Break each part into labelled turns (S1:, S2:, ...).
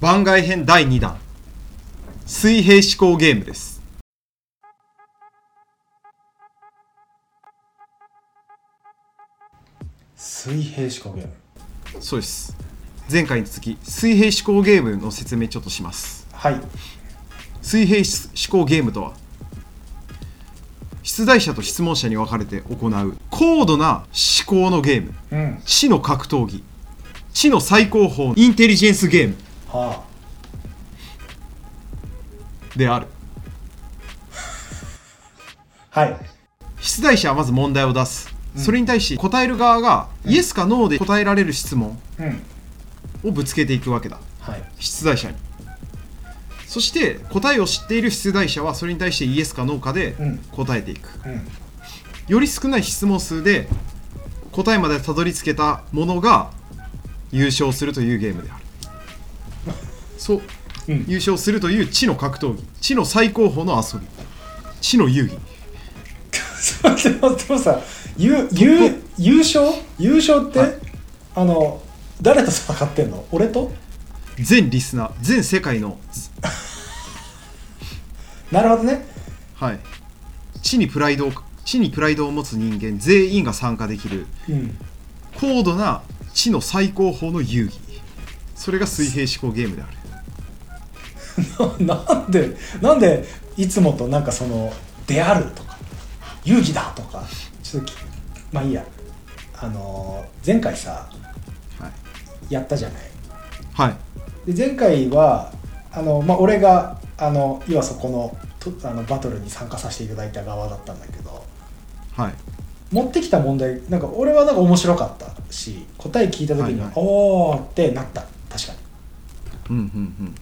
S1: 番外編第2弾水平思考ゲームです
S2: 水平思考ゲーム
S1: そうです前回に続き水平思考ゲームの説明ちょっとします
S2: はい
S1: 水平思考ゲームとは出題者と質問者に分かれて行う高度な思考のゲーム
S2: うんは
S1: 知の格闘技知の最高峰インテリジェンスゲーム
S2: あ
S1: である
S2: はい
S1: 出題者はまず問題を出す、それに対し答える側がイエスかノーで答えられる質問
S2: うん
S1: をぶつけていくわけだ
S2: はい
S1: 出題者にそして答えを知っている出題者はそれに対してイエスかノーかで
S2: うん
S1: 答えていく、
S2: うん
S1: より少ない質問数で答えまでたどり着けたものが優勝するというゲームであるそう、
S2: うん
S1: 優勝するという知の格闘技知の最高峰の遊び知の遊戯
S2: それでもでもさゆゆ優勝優勝って、
S1: はい
S2: あの誰と戦ってんの俺と
S1: 全リスナー全世界の
S2: なるほどね
S1: はい知にプライドを知にプライドを持つ人間全員が参加できる
S2: うん
S1: 高度な知の最高峰の遊戯それが水平思考ゲームである
S2: ななんでなんでいつもとなんかその「である」とか「勇気だ」とかちょっときまあいいやあのー前回さ
S1: はい、
S2: やったじゃない
S1: はい、
S2: で前回はあの、まあ、俺があの要はそこのとあのバトルに参加させていただいた側だったんだけど
S1: はい、
S2: 持ってきた問題なんか俺はなんか面白かったし答え聞いた時には
S1: はいはい
S2: おーってなった確かに
S1: うんうん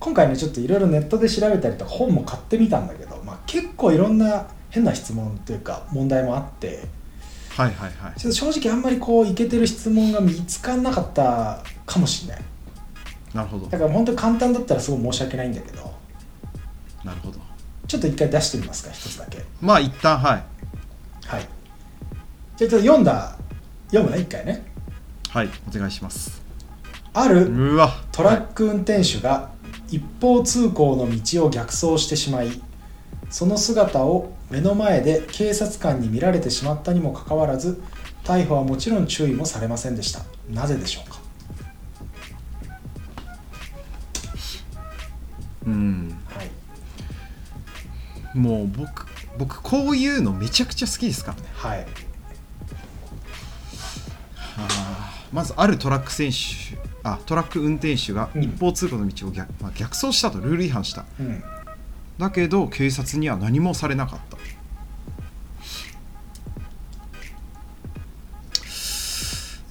S2: 今回ねちょっといろいろネットで調べたりとか本も買ってみたんだけど、まあ、結構いろんな変な質問というか問題もあって
S1: うんはいはいはい
S2: ちょっと正直あんまりこういけてる質問が見つからなかったかもしれない
S1: なるほど
S2: だから本当に簡単だったらすごい申し訳ないんだけど
S1: なるほど
S2: ちょっと一回出してみますか一つだけ
S1: まあ一旦はい
S2: はい。じゃあちょっと読んだ、読むね、一回ね。
S1: はいお願いします
S2: ある
S1: うわ
S2: トラ
S1: は
S2: ック運転手が一方通行の道を逆走してしまい、その姿を目の前で警察官に見られてしまったにもかかわらず、逮捕はもちろん注意もされませんでした。なぜでしょうか
S1: いうん
S2: はい。
S1: もう僕僕こういうのめちゃくちゃ好きですからね
S2: はい。
S1: まずあるトラック選手あトラック運転手が
S2: うん
S1: 一方通行の道を逆,、まあ、逆走したとルール違反した
S2: うん。
S1: だけど警察には何もされなかった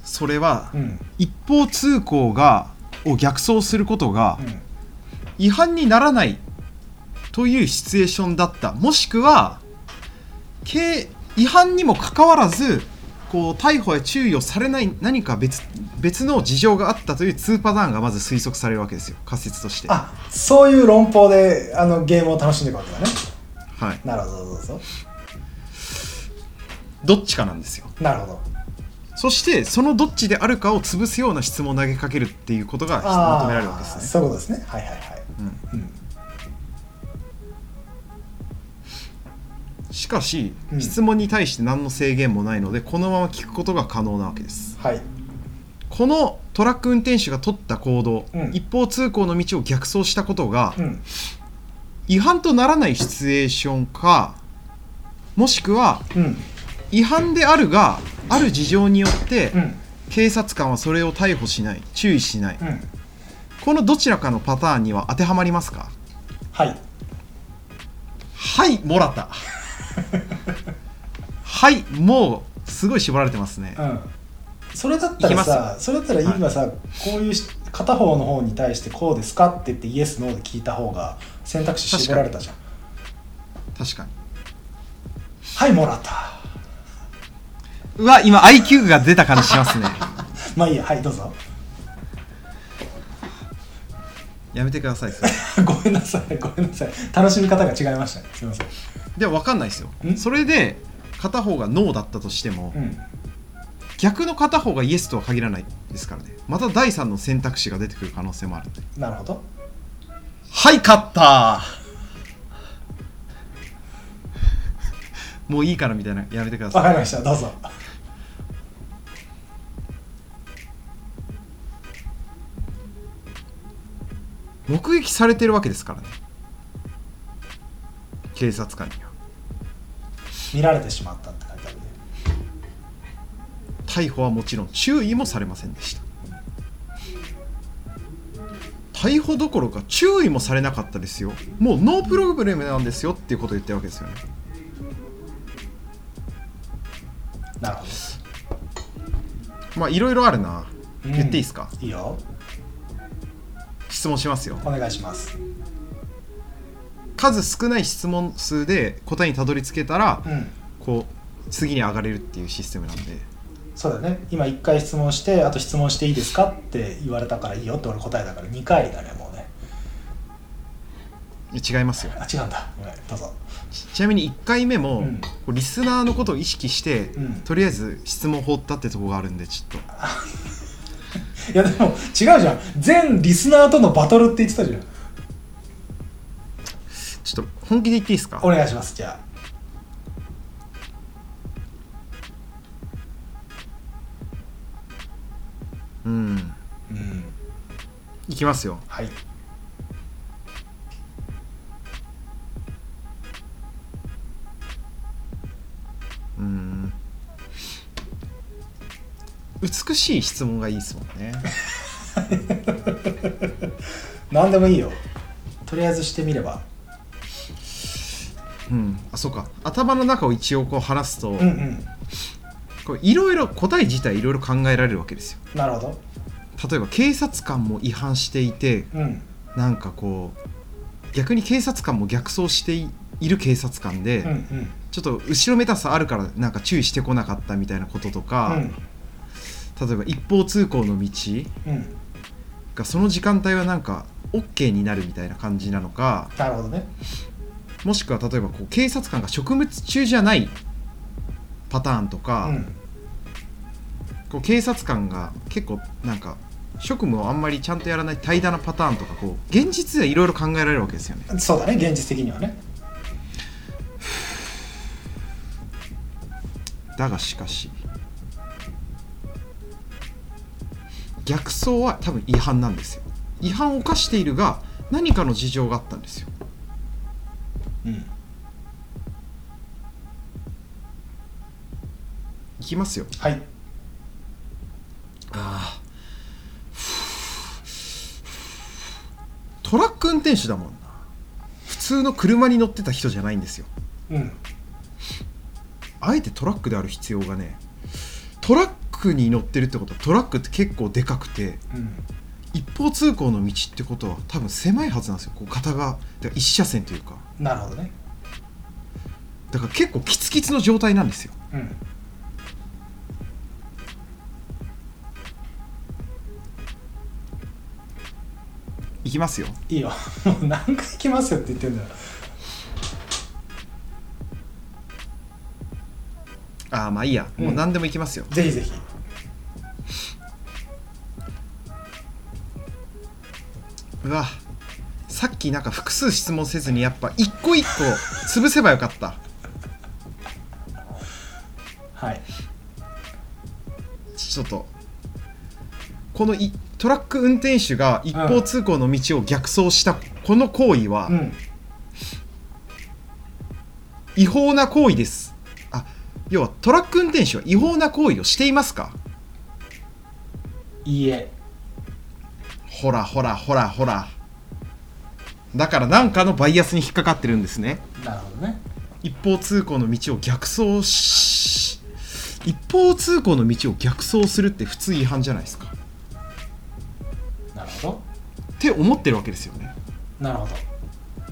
S1: それは
S2: うん。うん。
S1: 一方通行がを逆走することが違反にならないというシチュエーションだったもしくは軽違反にもかかわらずこう逮捕や注意をされない何か別別の事情があったという2パターンがまず推測されるわけですよ仮説として、は
S2: あ、そういう論法であのゲームを楽しんでいくわけだね。
S1: い、
S2: なるほど、どうぞ。
S1: どっちかなんですよ
S2: なるほど。
S1: そしてそのどっちであるかを潰すような質問を投げかけるっていうことが求められるわけです
S2: あー
S1: ね
S2: そういうことですね。はいはいはい。うん。
S1: しかし、
S2: うん
S1: 質問に対して何の制限もないのでこのまま聞くことが可能なわけです
S2: はい。
S1: このトラック運転手が取った行動、
S2: うん
S1: 一方通行の道を逆走したことが
S2: うん。
S1: 違反とならないシチュエーションかもしくは
S2: うん。
S1: 違反であるがある事情によって
S2: うん。
S1: 警察官はそれを逮捕しない注意しない
S2: うん。
S1: このどちらかのパターンには当てはまりますか
S2: はい。
S1: はいもらったはいもうすごい絞られてますね
S2: うん。それだったら
S1: いき
S2: さ、それだったら今さ、こういうし片方の方に対してこうですかって言ってイエスノーで聞いた方が選択肢絞られたじゃん。
S1: 確かに
S2: はい、もらった。
S1: うわ今 IQ が出た感じしますね
S2: まあいいや、はい、どうぞ。
S1: やめてくださいそれ
S2: ごめんなさい、ごめんなさい。楽しみ方が違いましたね。すみません。
S1: でも分かんないですよ
S2: ん
S1: それで片方がノーだったとしても
S2: うん。
S1: 逆の片方がイエスとは限らないですからねまた第3の選択肢が出てくる可能性もあるんで
S2: なるほど
S1: はい勝ったもういいからみたいなやめてくだ
S2: わ
S1: さ
S2: か
S1: い
S2: りましたどうぞ
S1: 目撃されてるわけですからね警察官には
S2: 見られてしまったって書いてあるね
S1: 逮捕はもちろん注意もされませんでした逮捕どころか注意もされなかったですよもうノープログレムなんですよっていうことを言ってるわけですよね
S2: なるほど
S1: まあいろいろあるな、
S2: うん
S1: 言っていいですか
S2: いいよ
S1: 質問しますよ
S2: お願いします
S1: 数少ない質問数で答えにたどり着けたら
S2: うん
S1: こう次に上がれるっていうシステムなんで
S2: そうだね今1回質問してあと質問していいですかって言われたからいいよって俺答えたから2回だねもうね
S1: いや違いますよ
S2: あ違うんだごめんどうぞ
S1: ちちなみに1回目も、
S2: うん
S1: こうリスナーのことを意識して、
S2: うん
S1: とりあえず質問放ったってとこがあるんでちょっと
S2: いやでも違うじゃん全リスナーとのバトルって言ってたじゃん
S1: ちょっと本気で言っていいですか
S2: お願いしますじゃあ
S1: うん
S2: うん
S1: いきますよ
S2: はい
S1: うん美しい質問がいいですもんね
S2: 何でもいいよとりあえずしてみれば
S1: うんあそうか頭の中を一応こう話すと、
S2: うんうん
S1: こういろいろ答え自体いろいろ考えられるわけですよ
S2: なるほど
S1: 例えば警察官も違反していて
S2: うん
S1: なんかこう逆に警察官も逆走していいる警察官で、
S2: うんうん
S1: ちょっと後ろめたさあるからなんか注意してこなかったみたいなことと
S2: う
S1: か、
S2: ん
S1: 例えば一方通行の道
S2: うん
S1: がその時間帯はなんか OK になるみたいな感じなのか
S2: なるほどね
S1: もしくは例えばこう警察官が職務中じゃないパターンと
S2: う
S1: か、
S2: ん
S1: こう警察官が結構なんか職務をあんまりちゃんとやらない怠惰なパターンとかこう現実でいろいろ考えられるわけですよね。
S2: そうだね現実的にはね
S1: だがしかし逆走は多分違反なんですよ違反を犯しているが何かの事情があったんですよ
S2: うん
S1: いきますよ
S2: はい
S1: あトラック運転手だもんな普通の車に乗ってた人じゃないんですよ
S2: うん
S1: あえてトラックである必要がねトラックに乗ってるってことはトラックって結構でかくて
S2: うん
S1: 一方通行の道ってことは多分狭いはずなんですよこう片側だから一車線というか
S2: なるほどね
S1: だから結構キツキツの状態なんですよ
S2: うん
S1: いきますよ
S2: いいよ もう何回行きますよって言ってんだよ
S1: ああまあいいやもう何でもいきますよ、
S2: ぜひぜひ
S1: うわさっきなんか複数質問せずにやっぱ一個一個潰せばよかった
S2: はい
S1: ちょっとこのいトラック運転手が一方通行の道を逆走したこの行為は
S2: うん
S1: 違法な行為ですあ要はトラック運転手は違法な行為をしていますか
S2: いいえ
S1: ほらほらほらほらだからなんかのバイアスに引っかかってるんですね
S2: なるほどね
S1: 一方通行の道を逆走し一方通行の道を逆走するって普通違反じゃないですかっ
S2: なるほ
S1: て思ってるわけですよね
S2: どなるほど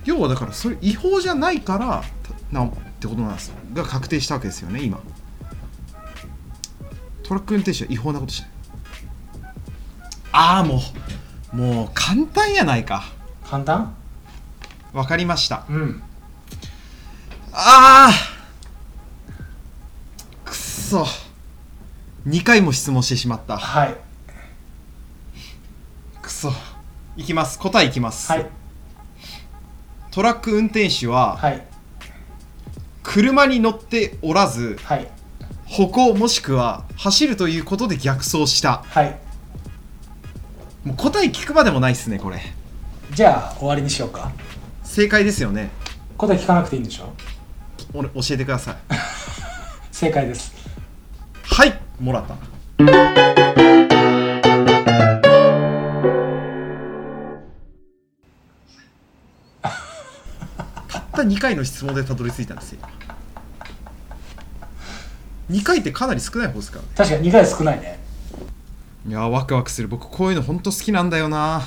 S1: 要はだからそれ違法じゃないからたなってことなんですよが確定したわけですよね今トラック運転手は違法なことしないああもうもう簡単やないか
S2: 簡単
S1: わかりました
S2: うん
S1: ああくっそ2回も質問してしまった
S2: はい
S1: くそいきます答えいきます、
S2: はい
S1: トラック運転手は、
S2: はい
S1: 車に乗っておらず
S2: はい
S1: 歩行もしくは走るということで逆走した
S2: はい
S1: もう答え聞くまでもないっすねこれ
S2: じゃあ終わりにしようか
S1: 正解ですよね
S2: 答え聞かなくていいんでしょ
S1: お教えてください
S2: 正解です
S1: はいもらったたった2回の質問でたどり着いたんですよ2回ってかなり少ない方ですからね
S2: 確かに2回少ないね
S1: いやーワクワクする僕こういうのほんと好きなんだよな